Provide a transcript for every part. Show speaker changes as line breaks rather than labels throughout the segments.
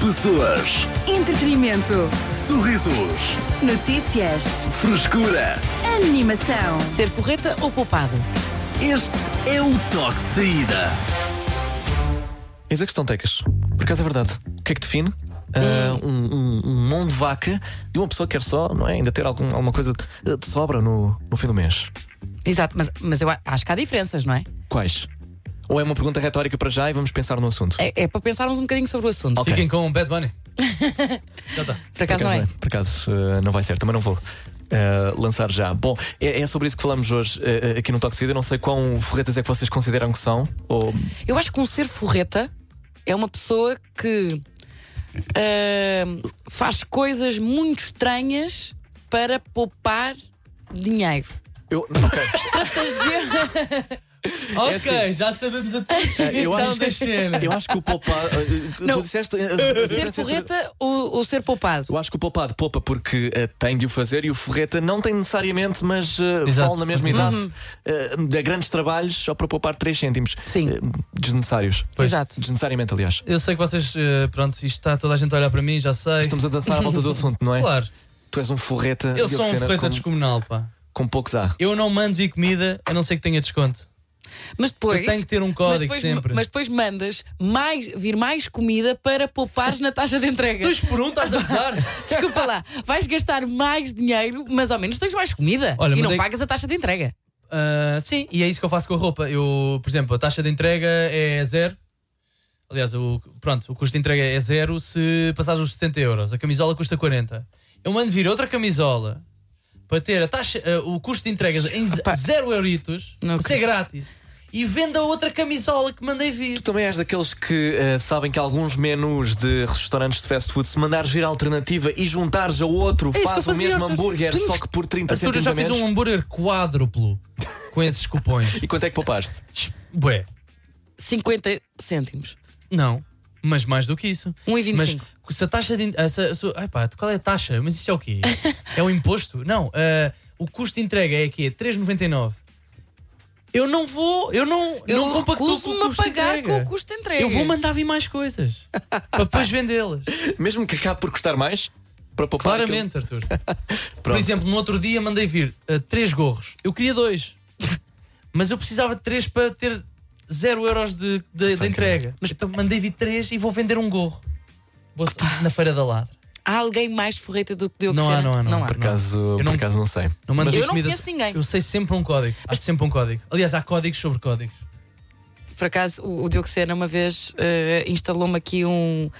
Pessoas,
Entretenimento.
sorrisos,
Notícias.
frescura.
Animação.
Ser forreta ou poupado?
Este é o toque de saída.
Eis a questão, Tecas. Por acaso é verdade. O que é que define? ah, um, um, um mão de vaca de uma pessoa que quer só, não é? Ainda ter algum, alguma coisa de, de sobra no, no fim do mês.
Exato, mas, mas eu a- acho que há diferenças, não é?
Quais? Ou é uma pergunta retórica para já e vamos pensar no assunto?
É, é para pensarmos um bocadinho sobre o assunto.
Ok.
Fiquem com Bad Bunny. Já tá.
Por acaso não é?
Por acaso eh, não vai ser, também não vou. eh, lançar já. Bom, é, é sobre isso que falamos hoje eh, eh, aqui no Toque de Saída. Não sei quão forretas é que vocês consideram que são. Ou
é.
Eu acho que um ser forreta é uma pessoa que ahm, faz coisas muito estranhas para poupar dinheiro.
eu, ok.
Ok, já sabemos a é tua
É, eu
definição
acho-
das cenas.
eu acho que o poupar. eh, eh,
Não.
Tu disseste. eh, a
Ser
diferença entre-
forreta ou, ou ser poupado?
Eu acho que o poupado poupa porque eh, tem de o fazer e o forreta não tem necessariamente, mas eh,
Exato.
vale na mesma idade eh, de grandes trabalhos só para poupar 3 cêntimos.
Sim.
Eh, desnecessários.
Pois.
Exato.
Desnecessariamente, aliás.
Eu sei que vocês, eh, pronto, isto está toda a gente a olhar para mim, já sei.
Estamos a dançar à volta do assunto, não é?
Claro,
Tu és um forreta.
eu
Diogo
sou um
Sena,
ferreta
com,
descomunal, pá.
com poucos A.
Eu não mando vir comida a não ser que tenha desconto.
Mas depois.
Eu tenho que ter um código
mas depois,
sempre.
Mas depois mandas mais, vir mais comida para poupares na taxa de entrega.
Dois por um, estás a usar?
Desculpa lá, vais gastar mais dinheiro, mas ao menos tens mais comida
Olha,
e
mas
não
é que-
pagas a taxa de entrega.
sim, e é isso que eu faço com a roupa. Eu, por exemplo, a taxa de entrega é zero. Aliás, o, pronto, o custo de entrega é zero se passares os 60 euros. A camisola custa 40. Eu mando vir outra camisola para ter a taxa, eh, o custo de entrega em ze-
Pá.
zero euritos,
Não
para ser grátis. E vendo a outra camisola que mandei vir.
Tu também és daqueles que eh, sabem que alguns menus de restaurantes de fast food, se mandares vir a alternativa e juntares a outro,
É isso que
faz
eu
o
fazia,
mesmo
Arthur.
hambúrguer,
Tu
só
invest-
que por 30
Arthur, eu
cêntimos
já
a
fiz
Tá menos.
um hambúrguer quádruplo com esses cupões.
E quanto é que poupaste?
Bué,
50 cêntimos.
não, mas mais do que isso.
1,25.
Mas se a taxa de. in- eh, se a- se o- ai pá, qual é a taxa? Mas isso é o quê? É o imposto? Não, eh, o custo de entrega é aqui, é 3,99. Eu não vou, eu não,
Eu
não compactuo com
recuso-me a
custo de
pagar
entrega.
com o custo de entrega.
Eu vou mandar vir mais coisas para depois vendê-las.
Mesmo que acabe por custar mais, para poupar. aquilo-
Claramente, Arthur. Por
Pronto.
exemplo, no outro dia mandei vir eh, três gorros. Eu queria dois, mas eu precisava de três para ter zero euros de, de, de entrega. Mas então, mandei vir três e vou vender um gorro. Vou- na Feira da Ladra.
Há alguém mais forreta do que Diogo
Não há,
Sena?
não há, não há.
Por acaso, por
não-
acaso não sei.
Não mando
Mas
vir
eu não
comida-
conheço ninguém.
Eu sei sempre um código. Há sempre um código. Aliás, há códigos sobre códigos.
Por acaso, o, o Diogo Sena uma vez eh, instalou-me aqui um,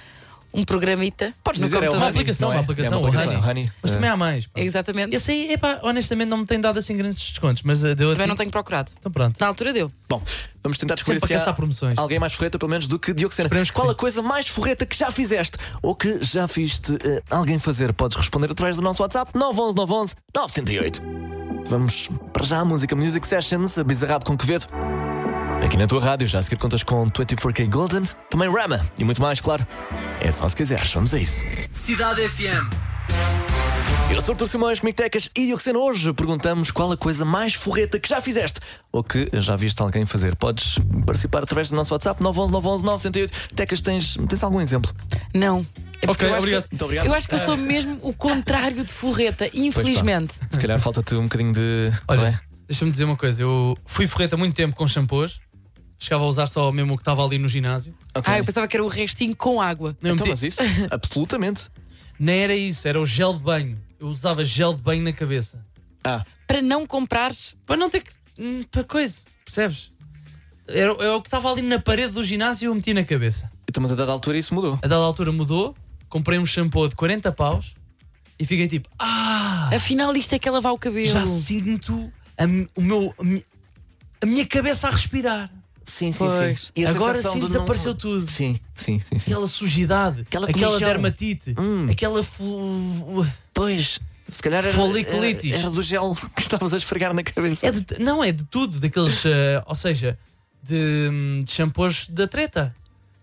um programita.
Podes
no
dizer, é o
Uma
computador.
Honey,
aplicação,
não é?
uma
É
aplicação,
uma aplicação,
o
Honey.
Honey. Mas
É.
também há mais. pá.
Exatamente.
Esse aí, epá, honestamente, não me tem dado assim grandes descontos, mas eh, deu a
Também
ti.
não tenho procurado.
Então pronto.
Na altura deu.
Bom, vamos tentar descobrir
Sempre a
se há
caçar promoções.
alguém mais forreta, pelo menos, do que Diogo Sena.
Esperemos que
Qual
sim.
a coisa mais forreta que já fizeste ou que já viste eh, alguém fazer? Podes responder através do nosso WhatsApp 911 911 978. Vamos para já à música Music Sessions, a Bizarrap com Quevedo. Aqui na tua rádio, já a seguir contas com 24K Golden, também Rama e muito mais, claro. É só se quiseres, vamos a isso.
Cidade FM.
Eu sou o Artur Simões, comigo Tecas e Diogo Sena. Hoje perguntamos qual a coisa mais forreta que já fizeste ou que já viste alguém fazer. Podes participar através do nosso WhatsApp 911 911 908. Tecas, tens, tens algum exemplo?
Não. É porque
Ok,
eu acho
obrigado.
Que,
Muito obrigado.
Eu acho que eu sou mesmo o contrário de forreta, infelizmente.
Se calhar falta-te um bocadinho de. não é?
Olha, deixa-me dizer uma coisa. Eu fui forreta muito tempo com shampoos. Chegava a usar só mesmo o que estava ali no ginásio.
Ok.
Ah, eu pensava que era o restinho com água.
Não,
então,
meti-
mas isso? Absolutamente.
não era isso, era o gel de banho. Eu usava gel de banho na cabeça.
Ah,
Para não comprares
Para não ter que. hum, Para coisa, percebes? Era, é o que estava ali na parede do ginásio e eu meti na cabeça.
então, mas a dada altura isso mudou.
A dada altura mudou, comprei um shampoo de 40 paus e fiquei tipo, ah,
Afinal, isto é que é lavar o cabelo.
já sinto a, mi- o meu, a, mi- a minha cabeça a respirar.
Sim,
Pois.
E a
Agora
sensação
sim
de
desapareceu tudo.
Sim, sim, sim. sim.
Aquela sujidade,
Aquela
aquela,
comichão.
dermatite, aquela fu-
Pois, se calhar era,
Folicolitis.
era, era do gel que estavas a esfregar na cabeça.
É de- não, é de tudo, daqueles, eh, ou seja, de, de shampoos da treta.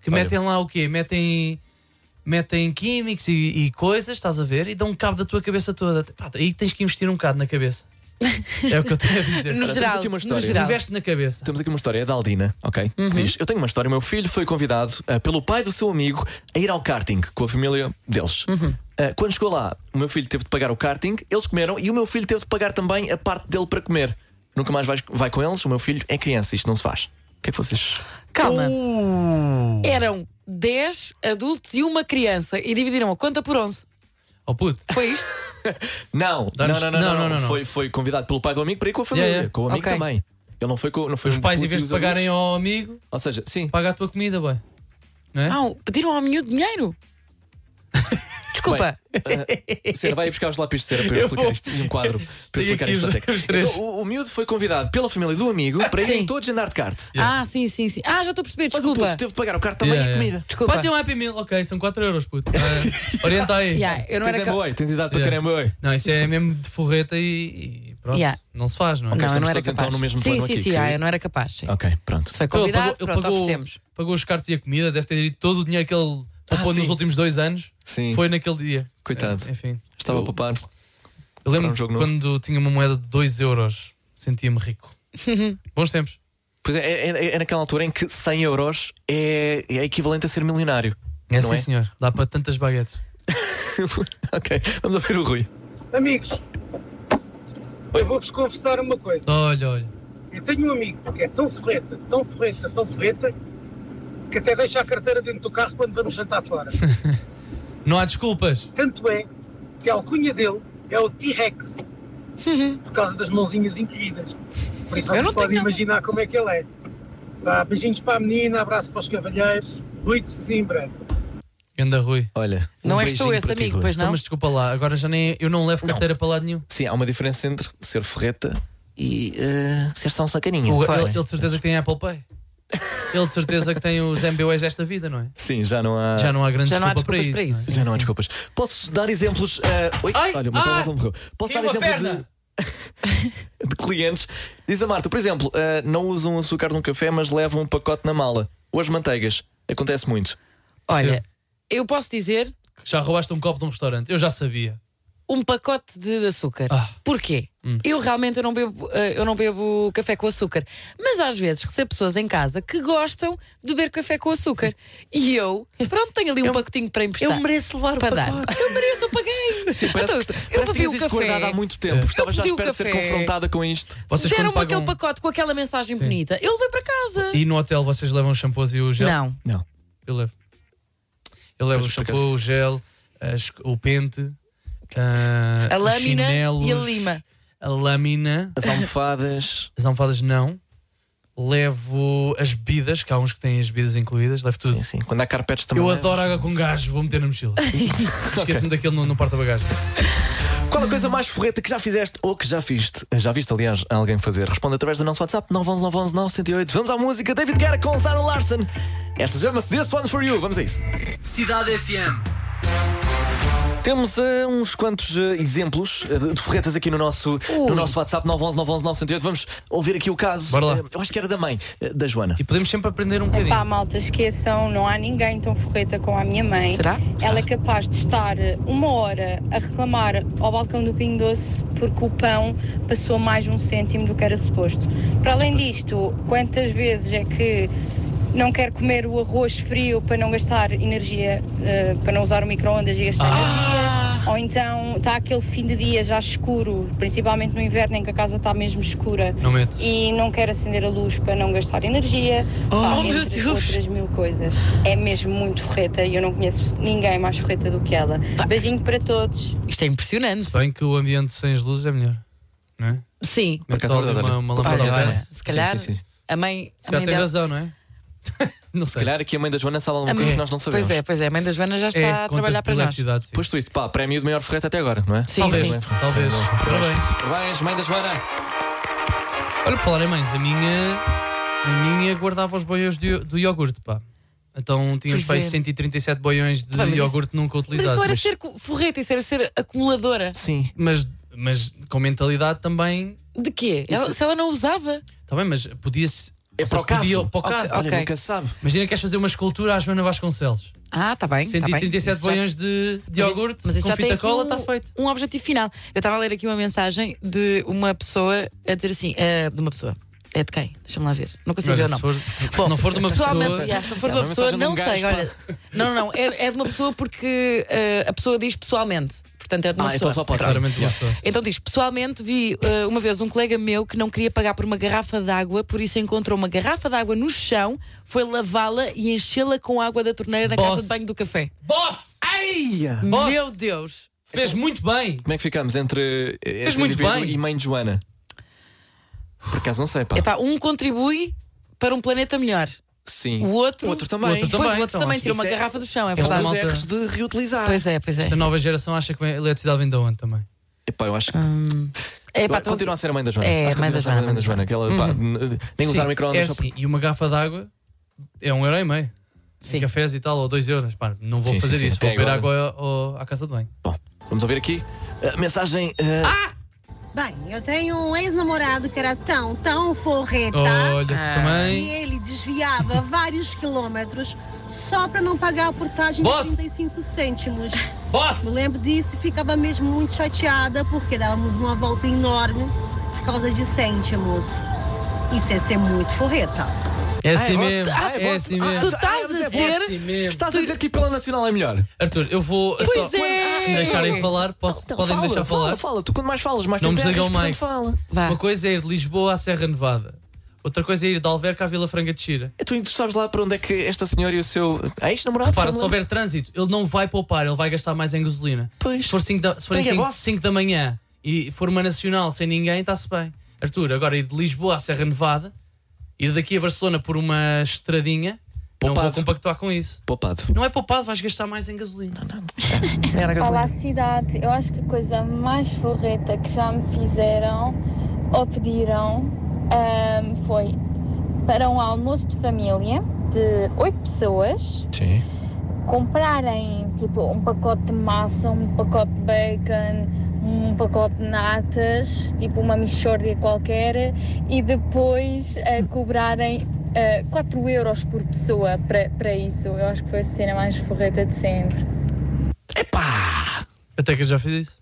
Que
Olha.
metem lá o quê? Metem, metem químicos e, e coisas, estás a ver, e dão um cabo da tua cabeça toda. Pá, aí tens que investir um bocado na cabeça. É o que eu tenho a dizer.
No
Portanto,
geral,
aqui uma
no
história.
geral.
Investe na cabeça.
Temos aqui uma história, é da Aldina, ok? Que Diz: Eu tenho uma história. O meu filho foi convidado ah, pelo pai do seu amigo a ir ao karting com a família deles. Ah, quando chegou lá, o meu filho teve de pagar o karting, eles comeram e o meu filho teve de pagar também a parte dele para comer. Nunca mais vai, vai com eles, o meu filho é criança, isto não se faz. O que é que vocês.
Calma.
Uh.
Eram 10 adultos e uma criança e dividiram a conta por 11.
Oh puto.
Foi isto?
Não, não,
Dá-nos-
não, não,
Não,
não,
não, não, não.
Foi, foi convidado pelo pai do amigo para ir com a família,
Yeah, yeah.
com o amigo
Ok.
também. Ele não foi com. Não foi um
Os pais, em vez de pagarem ao amigo,
Ou seja, sim.
paga a tua comida, boy.
É?
Ah, pediram ao miúdo dinheiro? Desculpa.
Cera, vai aí buscar os lápis de cera para eu
Eu
explicar
vou.
isto e um quadro para eu
Tenho
explicar
aqui
esta
os-
técnica.
os três.
Então, o, o miúdo foi convidado pela família do amigo para irem
Sim.
todos andar de kart.
Ah, sim, sim, sim. Ah, já estou a perceber,
Mas o
desculpa.
puto teve de pagar o kart também
Yeah,
e a
yeah.
comida.
Desculpa.
Pode ser um Happy Meal, ok, são 4 euros, puto. Eh, orienta aí.
Yeah, eu não
Tens é
era ca-
MBA, tens idade para
Yeah.
ter MBA.
Não, isso é mesmo de forreta e, e pronto.
Yeah.
Não se faz, não é?
Não, eu
estamos
não era
todos então
capaz.
no mesmo
sim,
plano
sim,
aqui,
sim,
que-
ah, eu não era capaz. sim.
Ok, pronto.
Se foi
Então,
convidado,
ele
pronto,
pagou,
oferecemos.
pagou os cartos e a comida, deve ter ido todo o dinheiro que ele poupou
sim.
nos últimos dois anos.
Sim.
Foi naquele dia.
Coitado.
Eh, Enfim.
Estava a
eu,
poupar.
eu lembro
um jogo novo.
quando tinha uma moeda de 2 euros, sentia-me rico. Bons tempos.
Pois é, é, é, é naquela altura em que 100 euros é, é equivalente a ser milionário.
É
não
sim,
é?
senhor. Dá para tantas baguetes.
ok, vamos ouvir o Rui.
Amigos, eu vou-vos confessar uma coisa.
Olha, olha.
Eu tenho um amigo que é tão ferreta, tão ferreta, tão ferreta, que até deixa a carteira dentro do carro quando vamos jantar fora.
Não há desculpas.
Tanto é que a alcunha dele é o T-Rex, por causa das mãozinhas encolhidas. Por isso
Uhum. Eu não
vocês podem
tenho nada.
imaginar como é que ele é. Vá, beijinhos para a menina, abraço para os cavalheiros, Rui de Simbra.
Ganda Rui.
Olha.
Não
um
és tu
beijinho
esse
para ti,
amigo,
Rui.
pois
Então,
não?
mas desculpa lá, agora já nem eu não levo carteira para lado nenhum.
Sim, há uma diferença entre ser ferreta e eh, ser só um sacaninha.
O-
Pois.
ele, ele de certeza que tem Apple Pay. Ele de certeza que tem os MBOs desta vida, não é?
Sim, já não há.
Já não há grande
Já não há
desculpa
desculpas para isso.
Já não há desculpas. Posso dar exemplos. eh, oi,
Ai,
olha, o
ah,
meu
ai,
telemóvel morreu. Posso dar
Caiu a
exemplos
perna.
de, de clientes. Diz a Marta, por exemplo, eh, não usam açúcar num café, mas levam um pacote na mala. Ou as manteigas. Acontece muito.
Olha, eu posso dizer
Já roubaste um copo de um restaurante, eu já sabia.
um pacote de de açúcar.
Ah.
Porquê? Eu realmente eu não, bebo, eh, eu não bebo café com açúcar. Mas às vezes recebo pessoas em casa que gostam de beber café com açúcar. E eu, pronto, tenho ali um pacotinho para emprestar.
mereço levar
para dar. Eu mereço, eu paguei.
Parece
Então,
que, está-
eu
parece que
bebi
tinhas
o
isto guardado há
café.
muito tempo. Estava já à
pedi o
espera de ser
café.
confrontada com isto.
Vocês quando
Deram-me
pagam...
aquele pacote com aquela mensagem bonita. Eu levei para casa.
E no hotel vocês levam os shampoos e o gel?
Não.
Não.
Eu levo. Eu levo
Pois,
o
por
shampoo,
acaso.
o gel, as- o pente, ah,
A
os
lâmina
chinelos,
e a lima.
A lâmina,
As almofadas.
as almofadas não. Levo as bebidas, que há uns que têm as bebidas incluídas, levo tudo.
sim, sim. Quando há carpetes também.
Eu
levas.
adoro água com gás, vou meter na mochila. Esqueço-me daquele no, no porta-bagagens.
Qual a coisa mais forreta que já fizeste ou que já viste? Já viste, aliás, alguém fazer? Responde através do nosso WhatsApp 911-911-908. Vamos à música David Guerra com Zara Larson. Esta chama-se This One's For You. Vamos a isso.
Cidade FM.
Temos eh, uns quantos eh, exemplos eh, de, de forretas aqui no nosso, no
Ui.
nosso WhatsApp 911-911-908. Vamos ouvir aqui o caso.
Bora lá.
Eh, eu acho que era da mãe, eh, da Joana.
E podemos sempre aprender um
Epá,
bocadinho.
malta, esqueçam, não há ninguém tão forreta como a minha mãe.
Será?
Ela é capaz de estar uma hora a reclamar ao balcão do Pingo Doce porque o pão passou mais um cêntimo do que era suposto. Para além disto, quantas vezes é que não quer comer o arroz frio para não gastar energia, eh, para não usar o micro-ondas e gastar energia? Ou então está aquele fim de dia já escuro, principalmente no inverno em que a casa está mesmo escura
Não metes.
e não quer acender a luz para não gastar energia, pá,
Oh, meu
entre
Deus!
outras mil coisas. É mesmo muito forreta e eu não conheço ninguém mais forreta do que ela. Beijinho para todos.
Isto é impressionante.
Se bem que o ambiente sem as luzes é melhor. Não é?
Sim.
Por
Metes
acaso é
ali
verdade,
uma,
olha.
uma
Olha,
lampadinha.
olha,
também.
se
Sim,
calhar
sim, sim.
a mãe,
Se
a
calhar tem
mãe dela.
razão, não é? Não sei.
Se calhar aqui a mãe da Joana sabe alguma
A
coisa
mãe-
que nós não sabemos.
Pois é, pois é. A mãe da Joana já está
é,
a
contas
trabalhar
de
para nós.
eletricidade, sim.
Posto isto, pá, prémio de maior forreta até agora, não é?
Sim,
Talvez,
sim.
talvez. Parabéns.
Parabéns, mãe da Joana.
Olha, por falar em mães, a minha, a minha guardava os boiões do, do iogurte, pá. Então tínhamos
Pois
feito
é.
137 boiões de
Pá, mas isso-
iogurte nunca
Mas isso
utilizados.
não era
Mas,
ser co- forreta, isso era ser acumuladora.
Sim.
mas, mas com mentalidade também.
De quê? Ela- se ela não usava.
Está bem, mas podia-se.
É
ou
para o
seja, podia-
caso.
para o caso.
Olha,
Ok.
nunca se sabe.
Imagina que queres fazer uma escultura à Joana Vasconcelos.
Ah, está bem. tá bem.
137
Isso já-
boiões de, de
Mas isso-
iogurte
mas isso
com
já tem
fita
aqui
cola,
um-
está feito.
Um objetivo final. Eu estava a ler aqui uma mensagem de uma pessoa a dizer assim: eh, de uma pessoa. É de quem? Deixa-me lá ver. Não consigo ver o
Olha,
nome.
se, for, se não for de uma pessoa.
pessoalmente, yeah, se não for de
É
uma
uma
pessoa,
mensagem de um
não
gajo,
sei.
pá.
Olha, não, não, não. É, é de uma pessoa porque eh, a pessoa diz pessoalmente. Portanto, é de uma
Ah,
pessoa.
então só pode ser.
Claramente de uma pessoa.
Então diz, pessoalmente vi eh, uma vez um colega meu que não queria pagar por uma garrafa de água, por isso encontrou uma garrafa de água no chão, foi lavá-la e enchê-la com água da torneira na
Boss.
casa de banho do café.
Boss!
Eia!
Boss!
Meu Deus!
Fez muito bem!
Como é que ficamos entre eh, este
muito
indivíduo
bem.
e mãe de Joana? Por acaso não sei, pá.
Epá, um contribui para um planeta melhor.
Sim.
O outro,
O outro também.
O outro
Depois
também,
o outro
então,
também
acho
tirou
que
uma
isso é-
garrafa do chão, é
É
verdade.
um dos
malta.
erros de reutilizar.
Pois é, pois é.
Esta nova geração acha que a eletricidade vem de onde também?
Epá, eu acho que
é
Eu- continua a ser a mãe da Uhum. Joana.
É,
Acho que continua
mãe da
a ser a
Joana, mãe
Que ela, pá, n- nem usar
Sim,
o micro-ondas.
é
só
assim, E uma garrafa d'água é um euro e meio.
Sim.
Em cafés e tal, ou dois euros. Pá, não vou
Sim,
fazer
sim, sim,
isso.
até
Vou beber
agora.
água ao- ao- à casa de banho.
por- Bom, vamos ouvir aqui a mensagem. eh,
Bem, eu tenho um ex-namorado que era tão, tão forreta
Olha,
Ah.
que
também.
ele desviava vários quilômetros só para não pagar a portagem
Boss!
de 35 cêntimos. Me
Ah.
Boss!
lembro disso e ficava mesmo muito chateada porque dávamos uma volta enorme por causa de cêntimos. Isso é ser muito forreta.
É assim
boss.
mesmo.
Ah, é
É
boss.
assim
Ah,
mesmo.
Tu estás a
É
ser.
assim mesmo.
estás a dizer que pela Nacional é melhor?
Arthur, eu vou.
Pois
só-
é.
Se me deixarem falar, posso-
Então,
podem me
fala,
deixar
fala,
falar.
fala. Tu quando mais falas, mais te
Não me desliga
enterras,
o
portanto, fala.
mic.
Vá.
Uma coisa é ir de Lisboa à Serra Nevada. Outra coisa é ir de Alverca à Vila Franca de Xira.
E Tu, tu sabes lá para onde é que esta senhora e o seu ex-namorado
Repara,
não
se
me lembro.
houver trânsito, ele não vai poupar, ele vai gastar mais em gasolina.
Pois. é,
Se for 5 da, se forem
Tem a
cinco-
bossa.
cinco da manhã e for uma nacional sem ninguém, está-se bem. Arthur, agora ir de Lisboa à Serra Nevada, ir daqui a Barcelona por uma estradinha, não
Poupado.
vou compactuar com isso.
Poupado.
Não é poupado, vais gastar mais em gasolina.
Era gasolina.
Olá, cidade. Eu acho que a coisa mais forreta que já me fizeram ou pediram ahm, foi para um almoço de família de oito pessoas
Sim.
comprarem tipo um pacote de massa, um pacote de bacon, um pacote de natas, tipo uma mixórdia qualquer e depois eh, cobrarem 4 euros por pessoa para- para isso. Eu acho que foi a cena mais forreta de sempre.
Epá!
Até que eu já fiz isso.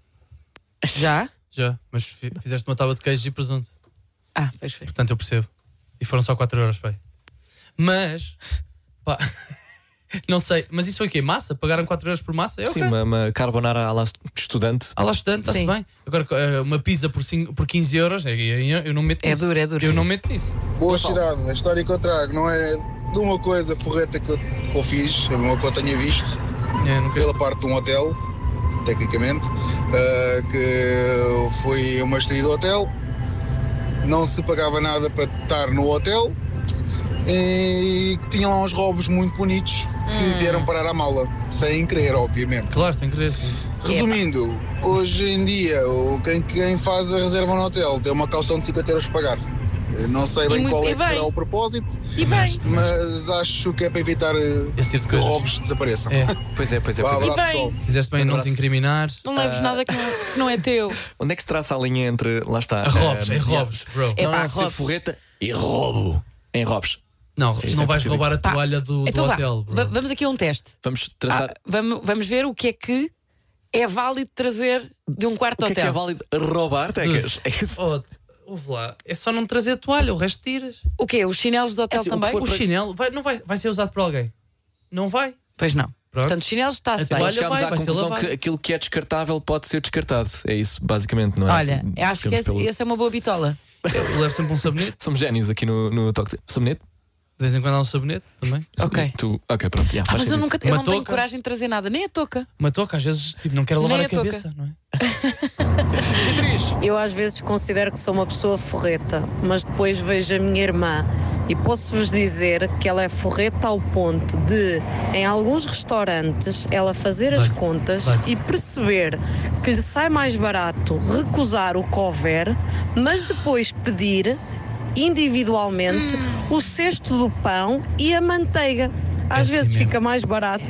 Já?
Já, mas fi- fizeste uma tábua de queijo e presunto.
Ah, pois foi.
Portanto, eu percebo. E foram só 4 euros, pai. Mas, pá, não sei. Mas isso foi o quê? Massa? Pagaram 4 euros por massa? É
Sim,
ok.
uma, uma carbonara à la estudante.
Ah, lá estudante, está-se
Sim.
bem. Agora, eh, uma pizza por, cinco, por 15 euros, eh, eu, eu não me meto
É
nisso.
duro, é duro.
Eu não me meto nisso.
Boa cidade, a história que eu trago não é de uma coisa forreta que eu, que eu fiz, é uma que eu tenha visto,
É, nunca
pela parte de um hotel, tecnicamente, ah, que foi uma estadia do hotel, não se pagava nada para estar no hotel e que tinha lá uns roubos muito bonitos que vieram parar à mala, sem querer, obviamente.
Claro, sem querer. sim, sim, sim.
Resumindo, hoje em dia, o- quem, quem faz a reserva no hotel tem uma calção de 50 euros para pagar. Eu Não sei bem
muito-
qual
e
é que
bem.
será o propósito,
E bem.
mas acho que é para evitar eh,
Esse tipo de
que
coisas.
roubos desapareçam.
É.
Pois é, pois é,
Vá,
pois é.
abraço,
bem?
pessoal.
Fizeste bem em não te
Abraço.
incriminar.
Não leves nada que não, que não é teu.
Onde é que se traça a linha entre. Lá está.
É roubos,
eh,
é roubos, bro.
É
Não,
pá,
não, ser
roubos.
forreta e roubo. Em robes.
Não,
é
não vais roubar a
Pá,
toalha do, do
Então vá,
hotel,
va-
bro.
vamos aqui a um teste.
Vamos
Ah,
traçar.
vamos, vamos ver o que é que é válido trazer de um quarto
o que
hotel.
é que é válido roubar, Tecas? É isso.
Oh, ouve lá. É só não trazer a toalha, o resto tiras.
O quê? Os chinelos do hotel
É assim, o que
também?
for
O
para-
chinelo vai, não vai, vai ser usado por alguém. Não vai.
Pois não.
Pronto.
Portanto, os chinelos está-se
Então
bem.
olha,
Chegámos
vai,
à
vai ser
conclusão
lavado.
que aquilo que é descartável pode ser descartado. É isso, basicamente, não é?
Olha,
Assim,
eu acho que
ficamos
esse-
pelo-
essa é uma boa bitola.
Eu levo sempre um sabonete.
Somos génios aqui no, no toque. Sabonete?
De vez em quando há um sabonete também.
Ok.
Tu... Ok, pronto. já,
Ah,
faz
mas eu
sentido.
nunca eu
Uma
não tenho
touca?
coragem de trazer nada, nem a touca.
Uma toca, às vezes, tipo, não quero
Nem
lavar
a
a
touca.
cabeça, não é?
Eu às vezes considero que sou uma pessoa forreta, mas depois vejo a minha irmã e posso-vos dizer que ela é forreta ao ponto de, em alguns restaurantes, ela fazer as
Vai,
contas
vai.
e perceber que lhe sai mais barato recusar o que houver, mas depois pedir individualmente o cesto do pão e a manteiga. Às
É assim
vezes
mesmo.
fica mais barato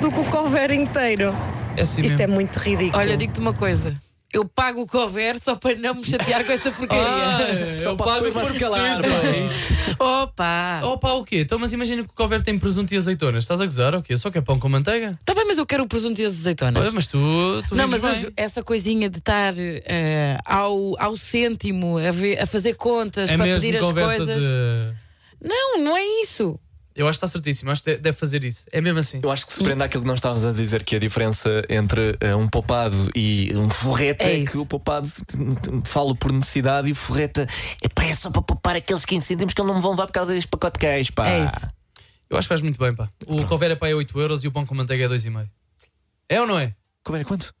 do que o cover inteiro.
É assim
Isto é
mesmo.
muito ridículo.
Olha, eu digo-te uma coisa. Eu pago o cover só para não me chatear com essa porcaria.
Ah, eu pago por calar, é
Opa!
Opa, o quê? Então, mas imagina que o cover tem presunto e azeitonas. Estás a gozar ou quê? Só que é pão com manteiga?
Tá bem, mas eu quero o presunto e as azeitonas.
Pois, mas tu, tu
não,
vives
mas
bem.
hoje essa coisinha de estar eh, ao, ao cêntimo a, ver- a fazer contas
é
para
mesmo
pedir as
conversa
coisas.
de.
Não, não é isso.
Eu acho que está certíssimo, acho que de- deve fazer isso. É mesmo assim.
Eu acho
Hum.
que se prende àquilo que nós estávamos a dizer, que a diferença entre eh, um poupado e um forreta
É
é,
isso.
que o poupado hum, hum, falo por necessidade e o forreta "Epá, é só para poupar aqueles 15 cêntimos que ele não me vão levar por causa deste pacote de queijo, pá.
Ah.
É isso.
Eu acho que faz muito bem, pá. O cover é para aí 8 euros e o pão com manteiga é 2,5. É ou não é?
Como era quanto?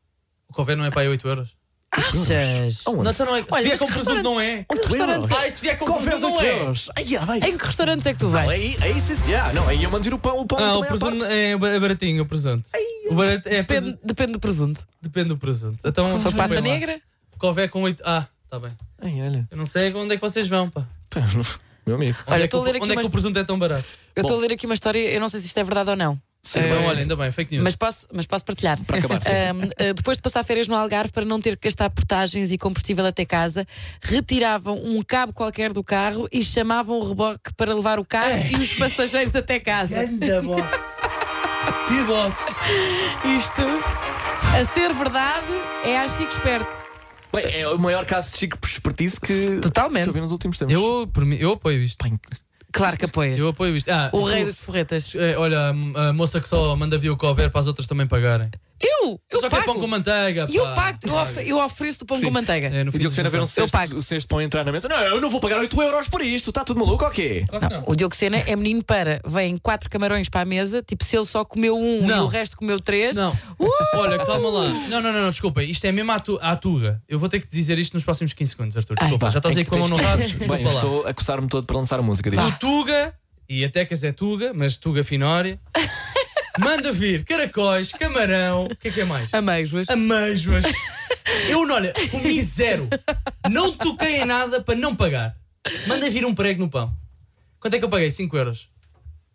O cover não é para aí 8 euros.
Achas?
Aonde?
Não, então não é. Se
Olha,
vier
mas
com
que
presunto, não é.
Que restaurante,
Ai, se vier com
Couve é
presunto, não
8
é.
euros. Ai, ah, bem.
em que restaurantes é que tu
Não,
vais?
aí, aí sim, sim. Ah, não, aí eu mando ir o pão, o pão
Ah, o
também à
presunto
parte.
é ba- baratinho, o presunto. O barato é
Depende,
presunto-
depende do presunto.
Depende do presunto. Então,
Sou
desculpem
pata
lá.
negra?
O cover com 8. Ah, tá bem.
Ai, olha.
Eu não sei onde é que vocês vão, pá.
Pá, Meu amigo.
Onde
Olha,
é que
estou a
o-
ler aqui
Onde é
umas-
que o presunto é tão barato?
Eu estou a ler aqui uma história, eu não sei se isto é verdade ou não.
Sim,
É.
Então,
bem,
olha, ainda bem, fake news.
Mas posso, mas posso partilhar.
Para acabar, sim.
Ahm, ah, depois de passar férias no Algarve, para não ter que gastar portagens e combustível até casa, retiravam um cabo qualquer do carro e chamavam o reboque para levar o carro e os passageiros até casa.
Ganda boss. Que boss.
Isto, a ser verdade, é a Chico Esperto.
Bem, é o maior caso de Chico por espertice que, que eu
Totalmente.
vi nos últimos tempos.
Eu, por mim, eu apoio isto.
Pá, inc-
Claro que apoias.
Eu apoio isto. Ah,
O rei dos forretas.
eh, Olha, a mo- a moça que só manda vir o cover para as outras também pagarem.
Eu! Eu
Só que é pão com
pago.
manteiga.
E eu
pá.
pago. Eu, of- eu ofereço o pão com manteiga.
É, no
E
fim
Diogo Sena
do
ver um
jantar.
cesto,
pago.
o cesto pão entrar na mesa. Não, eu não vou pagar 8 euros por isto. Está tudo maluco ou quê?
Claro que não.
O Diogo Sena é menino para. Vêm quatro camarões para a mesa, tipo, se ele só comeu um e
Não.
o resto comeu três.
Não. Olha, calma lá. Não, não, não, não, desculpa. Isto é mesmo à, tu, à tuga. Eu vou ter que dizer isto nos próximos 15 segundos, Arthur. Desculpa.
Pá,
já estás
é
aí
que
com a mão
tens
no
que-
rabo. Desculpa
Bem,
lá. Ah.
estou a coçar-me todo para lançar a música disto.
O Tuga, e até que é Tuga, mas Tuga Finória, manda vir caracóis, camarão. O que é que é mais?
Ameijoas.
Amêijoas. Eu, não, olha, comi zero. Não toquei em nada para não pagar. Manda vir um prego no pão. Quanto é que eu paguei? 5 euros.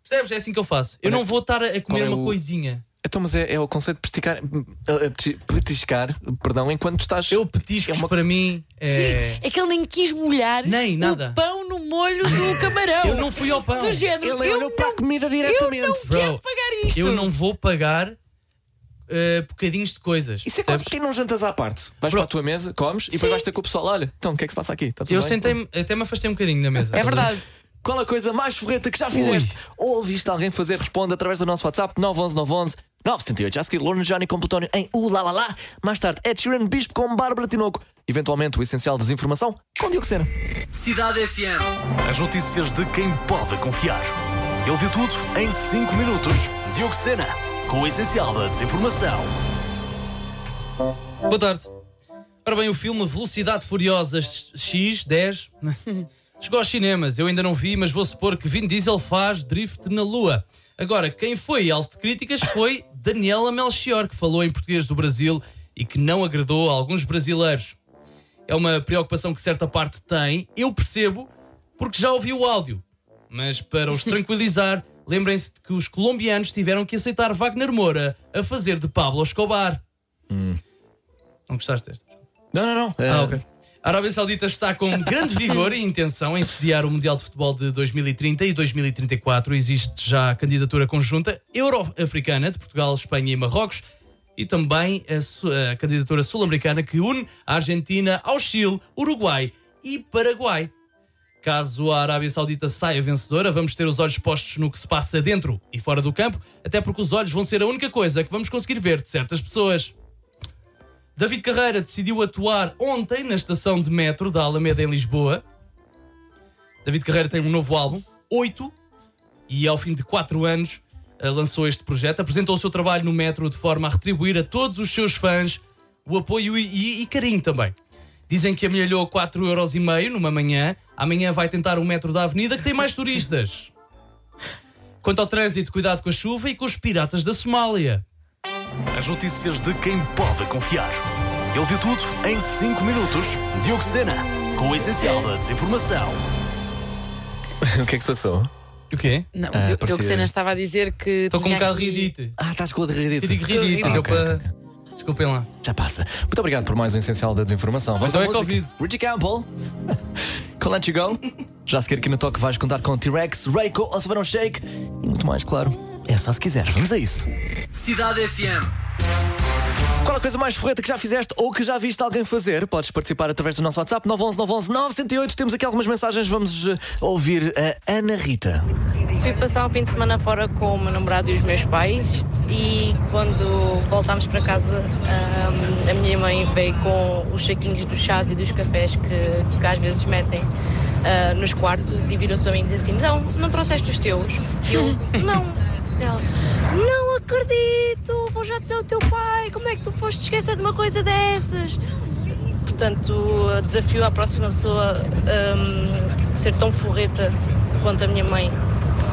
Percebes? É assim que eu faço. Eu
Olha,
não vou estar a a comer
é
uma
o-
coisinha.
Então, mas é, é o conceito de praticar, petiscar perdão, enquanto estás.
Eu petiscos para mim é.
É que ele nem quis molhar
Nem, nada.
o pão no molho do camarão.
Eu não fui ao pão.
É Do género,
Ele é
eu,
olhou para a comida diretamente.
eu não
Bro,
quero pagar isto.
Eu não vou pagar eh, bocadinhos de coisas.
Isso é
percebes?
quase porque não jantas à parte. Vais para a tua mesa, comes e
Sim.
depois vais ter com o pessoal. Olha, então o que é que se passa aqui? Está tudo
Eu
bem?
sentei-me, até me afastei um bocadinho da mesa.
É verdade.
Qual a coisa mais forreta que já fizeste? Ou ouviste alguém fazer? Responde através do nosso WhatsApp 911 978. Já a seguir, Lorna Johnny com Plutónio em Ulalala. Mais tarde, Ed Sheeran Bispo com Bárbara Tinoco. Eventualmente, o essencial da desinformação com Diogo Sena.
Cidade FM. As notícias de quem pode confiar. Ele viu tudo em 5 minutos. Diogo Sena, com o essencial da desinformação.
Boa tarde. Ora bem, o filme Velocidade Furiosa X10 chegou aos cinemas. Eu ainda não vi, mas vou supor que Vin Diesel faz drift na lua. Agora, quem foi alvo de críticas foi Daniela Melchior, que falou em português do Brasil e que não agradou a alguns brasileiros. É uma preocupação que certa parte tem, eu percebo, porque já ouvi o áudio. Mas para os tranquilizar, lembrem-se de que os colombianos tiveram que aceitar Wagner Moura a fazer de Pablo Escobar. Não gostaste desta?
Não, não, não. Eh,
Ah, ok. A Arábia Saudita está com grande vigor e intenção em sediar o Mundial de Futebol de 2030 e 2034. Existe já a candidatura conjunta euro-africana de Portugal, Espanha e Marrocos e também a, su- a candidatura sul-americana que une a Argentina ao Chile, Uruguai e Paraguai. Caso a Arábia Saudita saia vencedora, vamos ter os olhos postos no que se passa dentro e fora do campo, até porque os olhos vão ser a única coisa que vamos conseguir ver de certas pessoas. David Carreira decidiu atuar ontem na estação de metro da Alameda em Lisboa. David Carreira tem um novo álbum, 8, e ao fim de 4 anos eh, lançou este projeto. Apresentou o seu trabalho no metro de forma a retribuir a todos os seus fãs o apoio e, e- e carinho também. Dizem que amelhou 4,5€ numa manhã. Amanhã vai tentar o metro da Avenida que tem mais turistas. Quanto ao trânsito, cuidado com a chuva e com os piratas da Somália.
As notícias de quem pode confiar. Ele viu tudo em 5 minutos. Diogo Sena, com o essencial da desinformação.
o que é que se passou?
O quê?
Ah,
Não, o Diogo-
parecia-
Diogo Sena estava a dizer que.
Estou com um
tinha
bocado
aqui-
ridite.
Ah, estás com o de
Eu
ridículo.
digo ridículo.
Ah, ok,
para...
ok.
Desculpem lá.
Já passa. Muito obrigado por mais um essencial da desinformação.
Então
à
é
música.
Covid.
Richie Campbell. Can Let You Go. Já a seguir aqui no toque vais contar com T-Rex, Reiko, Osvaldo um Shake e muito mais, claro. É só se quiseres. Vamos a isso.
Cidade FM.
Qual a coisa mais forreta que já fizeste ou que já viste alguém fazer? Podes participar através do nosso WhatsApp 911 911 908. Temos aqui algumas mensagens. Vamos eh, ouvir a Ana Rita.
Fui passar um fim de semana fora com o meu namorado e os meus pais e quando voltámos para casa ahm, a minha mãe veio com os saquinhos dos chás e dos cafés que, que às vezes metem ah, nos quartos e virou-se para mim e disse assim não, não trouxeste os teus? E eu, não. Ela, não acredito, vou já dizer ao teu pai, como é que tu foste esquecer de uma coisa dessas? Portanto, desafio à próxima pessoa ahm, ser tão forreta quanto a minha mãe.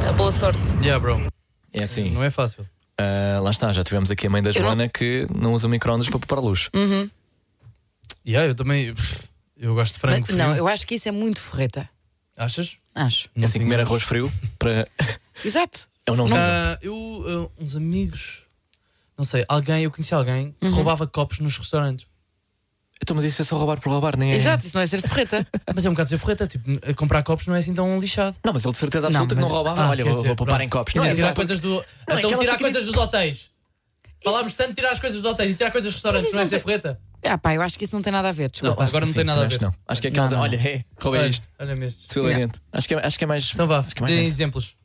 Ah, Boa sorte.
Yeah, bro.
É assim. Ah,
Não é fácil.
lá está, já tivemos aqui a mãe da Joana que não usa microondas para preparar luz.
Uhum.
Yeah, eu também. Eu gosto de frango.
Mas, não,
frio.
eu acho que isso é muito forreta.
Achas?
Acho.
É assim comer arroz frio para.
Exato.
Eu não.
Ah, eu, ah, uns amigos, não sei, alguém, eu conheci alguém que
Uhum.
roubava copos nos restaurantes.
Então, mas isso é só roubar por roubar, nem
Exato, isso não é ser forreta.
mas é um bocado ser forreta, tipo, a comprar copos não é assim tão lixado.
Não, mas ele de certeza absoluta que não
Oh,
roubava. Olha, vou, vou poupar em copos.
Não,
Não,
é
isso
tirar
é
coisas do.
Não, é
então,
aquela
tirar
sacanagem-
coisas dos hotéis. Falámos tanto de tirar as coisas dos hotéis e tirar coisas dos restaurantes,
isso
não é
não
ser
tem-
forreta?
Ah, pá, eu acho que isso não tem nada a ver.
Não,
Desculpa.
acho que um sim, também acho que não. Acho que é aquela.
Não, não,
Olha,
não.
hey, roubei
Olha,
isto.
Olha mesmo.
Suilariante. Acho, que é, acho que é mais.
Então vá,
acho que é mais
deem
nice.
exemplos.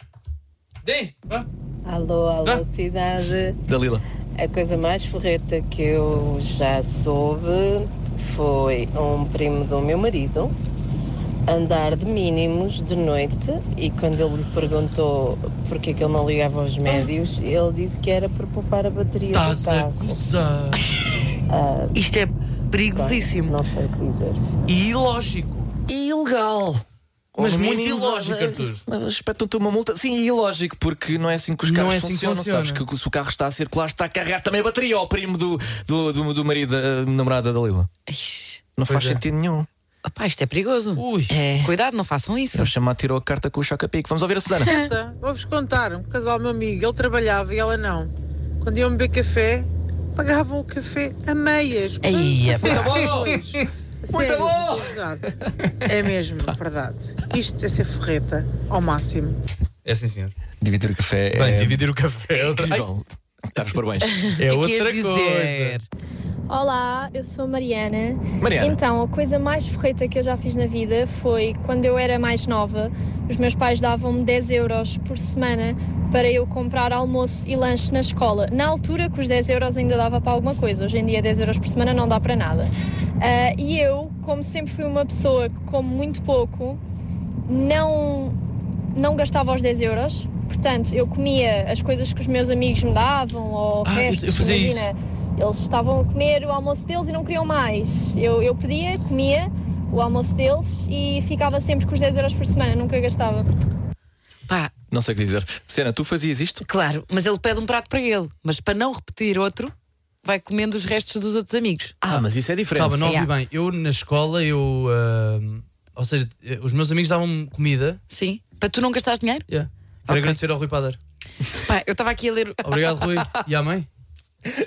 Deem, vá.
Alô, alô, cidade.
Dalila.
A coisa mais forreta que eu já soube foi um primo do meu marido andar de mínimos de noite e quando ele lhe perguntou porque é que ele não ligava aos médios, ele disse que era para poupar a bateria do
Estás Tá
um
a
carro.
gozar.
Isto é perigosíssimo.
Não sei o que dizer.
E ilógico.
Ilegal.
Mas
Ou no
muito
mínimo,
ilógico,
eh,
Arthur.
Espetam-te uma multa. Sim, é ilógico, porque não é assim que os
Não
carros
é assim que
funcionam.
funciona.
Sabes que se o carro está a circular, está a carregar também a bateria ao primo do, do, do, do marido, eh, namorada da Lila. Não
Pois
faz
é.
sentido nenhum.
Ah, pá, isto é perigoso. Cuidado, não façam isso.
É. Eu chamar tirou a carta com o choca-pico. Vamos ouvir a Susana.
Rita, Tá. Vou-vos contar, um casal meu amigo, ele trabalhava e ela não. Quando iam beber café, pagavam o café a meias.
Ei,
Muito
epá.
bom! Sério,
bom!
não estou a gozar. É mesmo, verdade. Isto é ser forreta ao máximo.
É sim, senhor.
Dividir o café.
Bem,
é...
dividir o café é outra.
Incrível. Estás Tá, parabéns.
É
O
outra
que é que queres
coisa.
dizer?
Olá, eu sou a Mariana.
Mariana.
Então, a coisa mais forreta que eu já fiz na vida foi quando eu era mais nova, os meus pais davam-me 10 euros por semana para eu comprar almoço e lanche na escola. Na altura, com os 10 euros ainda dava para alguma coisa, hoje em dia 10 euros por semana não dá para nada. Ah, e eu, como sempre fui uma pessoa que come muito pouco, não, não gastava os 10 euros. Portanto, eu comia as coisas que os meus amigos me davam ou
Ah, eu- eu
restos,
fazia
imagina. Eles estavam a comer o almoço deles e não queriam mais. Eu, eu pedia, comia o almoço deles e ficava sempre com os 10 euros por semana, nunca gastava.
Não sei o que dizer. Cena, tu fazias isto?
Claro, mas ele pede um prato para ele. Mas para não repetir outro, vai comendo os restos dos outros amigos.
Ah, mas isso é diferente.
Calma, não ouvi
Yeah.
bem. Eu na escola, eu. ah, ou seja, eh, os meus amigos davam-me comida.
Sim. Para tu não gastares dinheiro?
Yeah. Para agradecer ao Rui Padar.
Pá, eu estava aqui a ler.
Obrigado, Rui. E à mãe?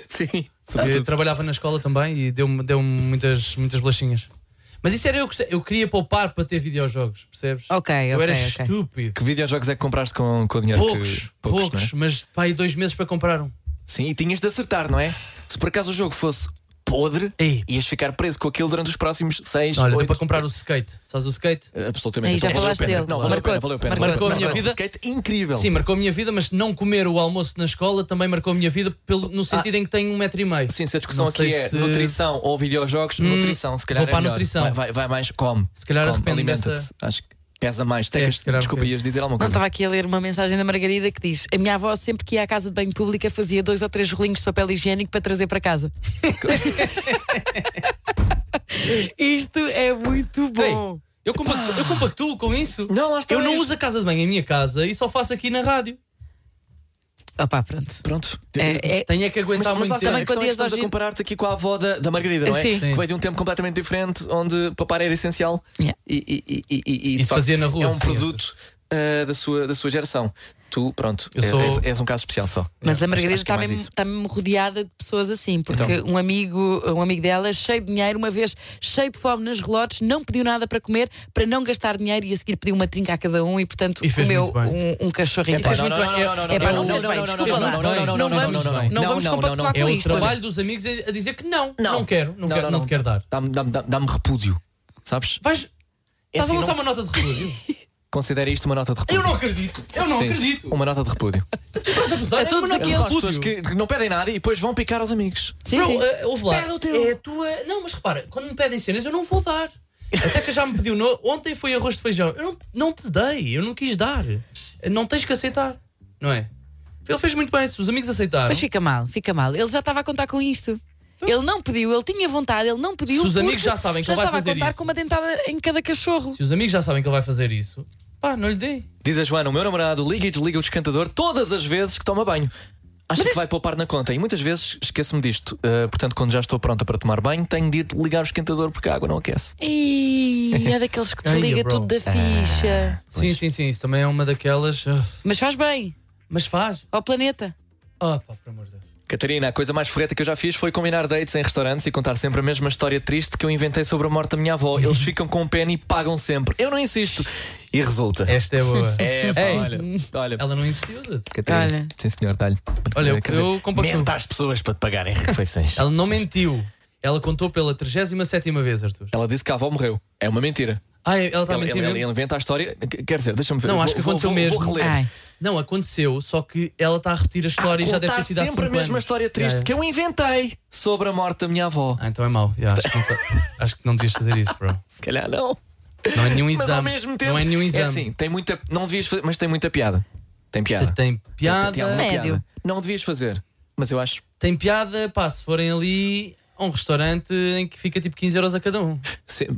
Sim.
Eu trabalhava na escola também e deu-me deu muitas, muitas bolachinhas. Mas isso era eu que eu queria poupar para ter videojogos, percebes?
Ok, ok.
eu era
ok.
estúpido.
Que videojogos é que compraste com, com o dinheiro
Poucos,
que.
poucos,
não é?
mas pá, aí dois meses para comprar um.
Sim, e tinhas de acertar, não é? Se por acaso o jogo fosse podre, ias ficar preso com aquilo durante os próximos 6
Olha, deu para comprar o skate. Sabes o skate?
Absolutamente. Então, valeu a pena. Não, valeu a pena, valeu a pena.
Marcou a
Marcou-te,
minha vida.
marcou-te. Skate incrível.
Sim, marcou a minha vida, mas não comer o almoço na escola também marcou a minha vida pelo, no sentido em que tenho um metro e meio.
Sim, se a discussão aqui é nutrição ou videojogos,
Hum,
nutrição, se calhar.
vou para
é
a
melhor.
nutrição.
Vai, vai, vai mais, come.
Se calhar
come,
arrependo-me
alimenta-te.
dessa-
Acho que pesa mais. Tecas, desculpa, ias dizer alguma
Não,
coisa.
estava aqui a ler uma mensagem da Margarida que diz: A minha avó, sempre que ia à casa de banho pública, fazia dois ou três rolinhos de papel higiênico para trazer para casa. Isto é muito bom.
Eu compacto- eu compactuo com isso.
Não, lá está
eu não
isso.
uso a casa de banho em minha casa e só faço aqui na rádio.
Opá, pronto.
Pronto.
É- é-
Tenho é que aguentar
Mas, mas
muito
lá está,
tempo.
também quando estamos a comparar-te aqui com a avó da, da Margarida, não é?
Sim. Sim.
Que veio de um tempo completamente diferente, onde papar era essencial e, e, e, e, e,
E se
de facto,
fazia na rua,
É um
sim,
produto ah, da, sua, da sua geração. tu, pronto,
Eu sou-
és, és um caso especial só.
Mas
É,
a Margarida
acho que é
está
mais
mesmo,
isso.
tá mesmo rodeada de pessoas assim, porque
Então.
um, amigo, um amigo dela, cheio de dinheiro, uma vez cheio de fome nas relotes, não pediu nada para comer, para não gastar dinheiro e a seguir pediu uma trinca a cada um e, portanto,
E fez
comeu
muito bem.
um, um cachorrinho.
Epá, Fez não, muito não, bem. não, não, não,
É pá,
não,
não fez
não,
bem,
não, não,
desculpa
não,
lá.
não, não, não,
Não
não, não, não,
vamos- não
não,
vamos
não, não,
compactuar
não.
com
É o
isto.
trabalho dos amigos a dizer que não, não quero, não quero, não te quero dar.
Dá-me dá dá dar. Sabes?
Vais. Estás a
assim,
lançar
não-
uma nota de repúdio?
Considera isto uma nota de repúdio.
É Eu não acredito, eu não
Sim,
acredito.
Uma nota de repúdio.
Estás a abusar, é uma nota de
Aquelas pessoas
repúdio.
que que não pedem nada e depois vão picar aos amigos.
Bro, eh, ouve lá. É a tua. Não, mas repara, quando me pedem cenas, eu não vou dar. Até que já me pediu. No... Ontem foi arroz de feijão. Eu não, não te dei, eu não quis dar. Não tens que aceitar, não é? Ele fez muito bem, se os amigos aceitaram.
Mas fica mal, fica mal. Ele já estava a contar com isto. Ele não pediu, ele tinha vontade, ele não pediu.
Se os amigos
porque
já sabem que
já
ele vai
estava
fazer
a contar
isso.
com uma dentada em cada cachorro.
Se os amigos já sabem que ele vai fazer isso, pá, não lhe dei.
Diz a Joana, o meu namorado liga e desliga o descantador todas as vezes que toma banho. Acha que vai poupar na conta e muitas vezes esqueço-me disto. Uh, portanto, quando já estou pronta para tomar banho, tenho de ir ligar o esquentador porque a água não aquece.
E é daqueles que
Ai,
desliga
bro.
tudo da
Ah.
ficha.
Sim, sim, sim, isso também é uma daquelas. ah,
Mas faz bem.
Mas faz.
Ao planeta.
Ah, pá,
Catarina, a coisa mais forreta que eu já fiz foi combinar dates em restaurantes e contar sempre a mesma história triste que eu inventei sobre a morte da minha avó. Eles ficam com o pena e pagam sempre. Eu não insisto. E resulta.
Esta é boa.
É, pá,
Ei,
olha, olha.
Ela não insistiu, Dudu.
Catarina. Sim, senhor, dá-lhe.
Olha, eu,
Quer dizer,
eu compactuo.
mente às pessoas para te pagarem refeições.
Ela não mentiu. Ela contou pela 37 vez, Arthur.
Ela disse que a avó morreu. É uma mentira.
Ah, ela está a
Ele-
mentir.
ele-
mesmo?
ele inventa a história. Qu- Quer dizer, deixa-me ver.
Não,
Vou-
acho que
vou-
aconteceu
vou-
mesmo.
Vou reler.
Não, aconteceu, só que ela está a repetir a história e já deve
Contar
ter sido há
sempre a
5
mesma
anos. É.
história triste
Yeah,
que eu inventei sobre a morte da minha avó.
Ah, então é mau. yeah, acho, que não, acho que não devias fazer isso, bro.
Se calhar não.
Não é nenhum
Mas ao
exame.
mesmo tempo.
não é nenhum exame.
assim, tem muita. Não devias fazer, mas tem muita piada. Tem piada.
Tem piada.
Tem alguma
Médio.
É piada. Não devias fazer, mas eu acho.
Tem piada, pá, se forem ali a um restaurante em que fica tipo 15 euros a cada um.
Se,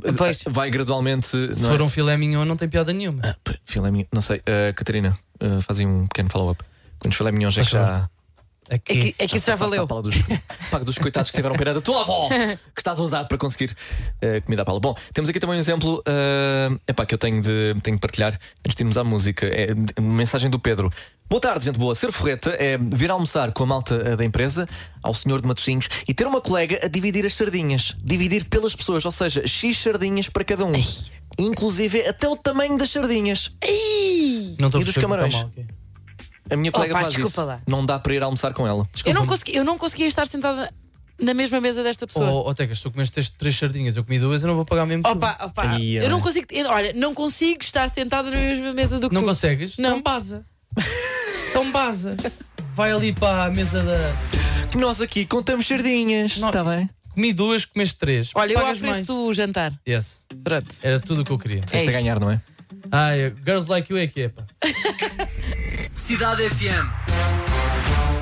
vai gradualmente.
Se
não é?
for um filé mignon, não tem piada nenhuma.
Filé mignon- Não sei. Uh, Catarina, uh, fazia um pequeno follow-up. Quantos filé mignons é que já.
É
que- é que isso já
se afasta
valeu.
a pala Dos, pago dos coitados que tiveram pena da tua avó que estás a usar para conseguir uh, comida à pala. Bom, temos aqui também um exemplo uh, epá, que eu tenho de, tenho de partilhar antes de irmos à música. É de- uma mensagem do Pedro. Boa tarde, gente boa. Ser forreta é vir almoçar com a malta uh, da empresa, ao senhor de Matosinhos, e ter uma colega a dividir as sardinhas. Dividir pelas pessoas, ou seja, X sardinhas para cada um. Inclusive até o tamanho das sardinhas.
Não estou a
e dos
perceber
camarões.
muito mal, ok.
A minha colega
Opa,
faz
desculpa
isso.
lá.
Não dá para ir almoçar com ela.
Eu não, consegui, eu não conseguia estar sentada na mesma mesa desta pessoa.
Oh, oh, Tecas, tu comeste três- três sardinhas, eu comi duas, eu não vou pagar mesmo. que tu.
Opa, opa.
Ai,
Eu não
ai.
consigo. eu- olha, não consigo estar sentada na mesma mesa do que
Não
tu.
consegues?
Não.
Então baza. Então baza. Vai ali para a mesa da.
Que nós aqui contamos sardinhas, está bem?
Comi duas, comeste três.
Olha, eu
Pagas
ofereço-te o jantar.
Yes.
Pronto.
Era tudo o que eu queria.
Disseste a ganhar, não é?
Ah, é- Girls Like You é que é, pá.
Cidade FM.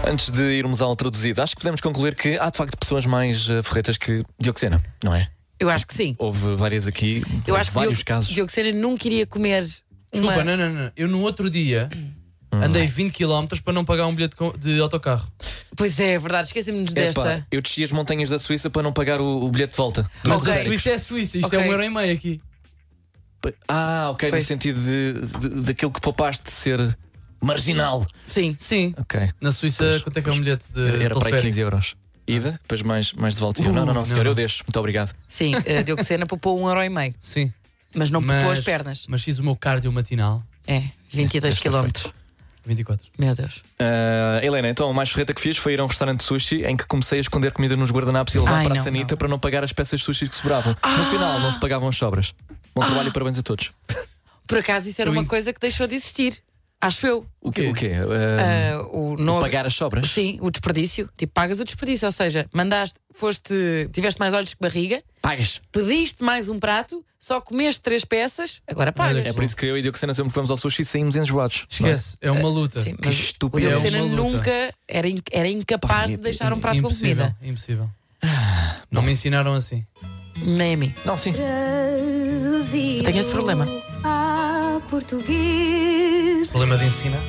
Antes de irmos ao traduzido, acho que podemos concluir que há de facto pessoas mais eh, ferretas que Dioxena, não é?
Eu acho que sim.
Houve várias aqui,
Eu
houve
acho que
vários
Diogo,
casos.
Diogo Sena nunca iria comer
Desculpa, né? não,
uma.
não, não. Eu no outro dia
Hum.
andei 20 km para não pagar um bilhete de co- de autocarro.
Pois é, é verdade, esquecemos-nos
Epá,
desta.
eu desci as montanhas da Suíça para não pagar o, o bilhete de volta.
Mas
Dos
a
ibéricos.
Suíça é a Suíça, isto é
Ok.
um euro e meio aqui.
Ah, ok,
Foi.
no sentido de, de- daquilo que poupaste de ser marginal.
Sim.
Sim.
Ok.
Na Suíça, quanto é que é um bilhete de.
Era para aí
teleférico?
15 euros. Ida, depois mais, mais de volta. E eu,
Uh,
não, não,
não,
não, senhor,
não.
eu deixo. Muito obrigado.
Sim, eh, Diogo Sena poupou um euro e meio.
Sim.
Mas não poupou
Mas-
as pernas.
Mas fiz o meu cardio matinal.
É, 22 km.
24.
Meu Deus.
Ah, Helena, então a mais ferreta que fiz foi ir a um restaurante de sushi em que comecei a esconder comida nos guardanapos e levar
Ai,
para
não, Ah!
a sanita para não pagar as peças de sushi que sobravam. No final, não se pagavam as sobras. Bom trabalho e parabéns a todos.
Por acaso isso era uma coisa que deixou de existir. Acho eu.
O quê? O quê?
Ah,
Ah,
o não-
pagar as sobras?
Sim, o desperdício. Tipo, pagas o desperdício. Ou seja, mandaste, foste, tiveste mais olhos que barriga,
Pagas.
pediste mais um prato, só comeste três peças, agora pagas.
É por isso que eu e Diogo Sena sempre que vamos ao sushi saímos enjoados.
Esquece, é
Eh,
uma luta.
Sim, que
O
estúpido.
Diogo
É
Sena
uma luta.
nunca era, in- era incapaz
é
de deixar um prato
impossível,
com comida.
Impossível.
Ah,
Não me ensinaram assim.
Nem a mim.
Não, sim.
Eu tenho esse problema.
Ah, português.
Problema de ensinar.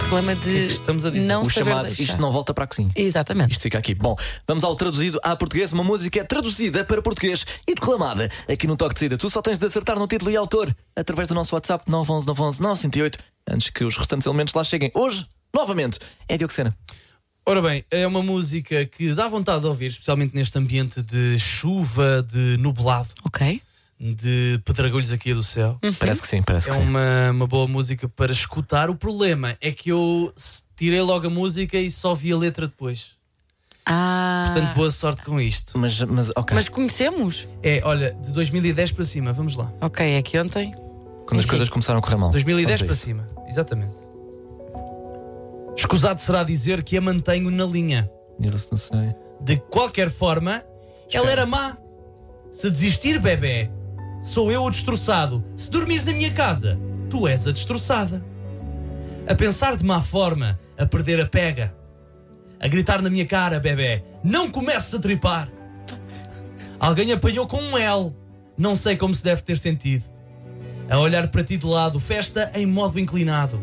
problema de
Estamos a
não
o
saber
chamado
deixar.
Isto não volta para a cozinha.
Exatamente.
Isto fica aqui. Bom, vamos ao traduzido a português. Uma música é traduzida para português e declamada aqui no Toque de Saída. Tu só tens de acertar no título e autor através do nosso WhatsApp 911 911 908 antes que os restantes elementos lá cheguem. Hoje, novamente, é Diogo Sena.
Ora bem, é uma música que dá vontade de ouvir, especialmente neste ambiente de chuva, de nublado.
Ok.
De pedregulhos aqui do céu.
Uhum. Parece que sim, parece
é
que sim.
Uma, uma boa música para escutar. O problema é que eu s- tirei logo a música e só vi a letra depois.
Ah.
Portanto, boa sorte com isto.
Mas, mas ok.
Mas conhecemos?
É, olha, de 2010 para cima, vamos lá.
Ok, é que ontem.
Quando as coisas começaram a correr mal. Vamos
2010
a
para
isso.
cima, exatamente. Escusado será dizer que a mantenho na linha.
Nilson, não sei.
De qualquer forma, ela era má. Se desistir, bebê, sou eu o destroçado. Se dormires na minha casa, tu és a destroçada. A pensar de má forma, a perder a pega. A gritar na minha cara, bebê, não comeces a tripar. Alguém apanhou com um L. Não sei como se deve ter sentido. A olhar para ti de lado, festa em modo inclinado.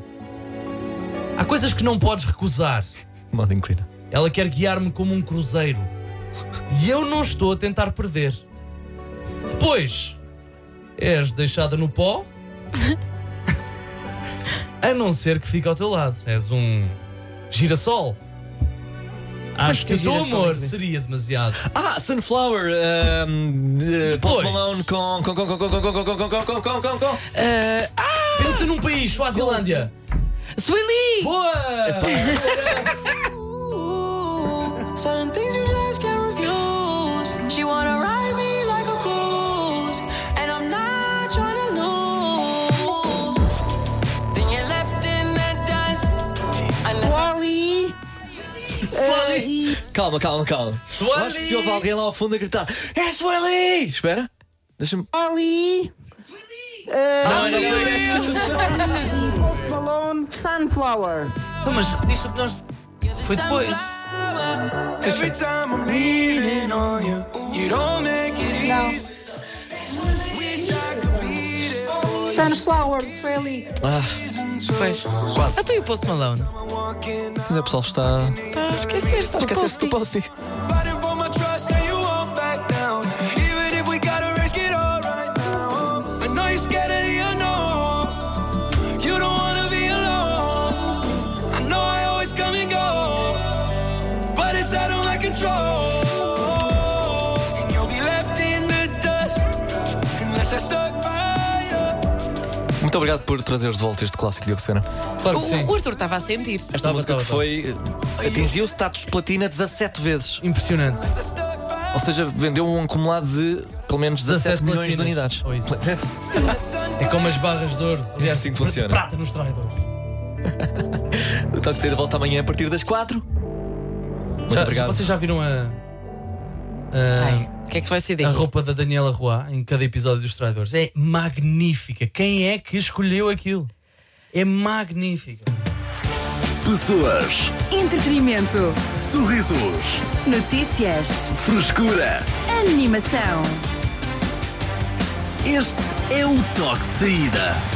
Há coisas que não podes recusar.
Modo inclina.
Ela quer guiar-me como um cruzeiro. E eu não estou a tentar perder. Depois, és deixada no pó. a não ser que fique ao teu lado. És um girassol. Acho
que
que o teu
girassol é
amor
que diz?
seria demasiado.
Ah, Sunflower, ehm, de Post
Depois.
Malone com com com com com com com com com com com com
Ah, ah,
Pensa num país, Suazilândia.
Sueli!
Boa!
Certain things you just can't refuse. She wanna ride me like a cruise, and I'm not trying to lose. Then you're left in the dust. Unless
Wally!
Calma, calma, calma.
Sueli!
Eu Acho que se houve alguém lá ao fundo a gritar: É Sueli! Espera, deixa-me.
Sueli!
Ah,
Não, não,
Post Malone, Sunflower.
Então, mas repetiste o que nós. Foi depois.
Every time I'm leaning on you, you don't make it easy.
Sunflower, Sueli.
Ah,
Pois.
Quase.
Eu estou Ah, e o Post Malone.
mas o pessoal está.
Tá, esqueceste
Está
do
a esquecer-se do Posti.
Fighting for my trust and you won't back down. Even if we gotta risk it all right now. I know you're scared of the unknown. You don't wanna be alone. I know I always come and go, but it's out of my control. And you'll be left in the dust unless I stuck by you.
Muito obrigado por trazeres de volta este clássico de Oxena.
Claro
O- O Arthur estava a sentir.
Esta música que foi. atingiu status platina 17 vezes.
Impressionante.
Ou seja, vendeu um acumulado de pelo menos 17,
17
milhões de
platinas.
unidades.
Ou isso. É como as barras de ouro.
É assim que funciona.
Prata nos traidores.
O toque de saída volta amanhã a partir das 4. Muito
Já-
obrigado.
Vocês já viram a.
o que é que vai ser daí?
A roupa da Daniela Roy em cada episódio dos Traidores é magnífica. Quem é que escolheu aquilo? É magnífica.
Pessoas,
Entretenimento.
sorrisos,
Notícias.
frescura.
Animação.
Este é o toque de saída.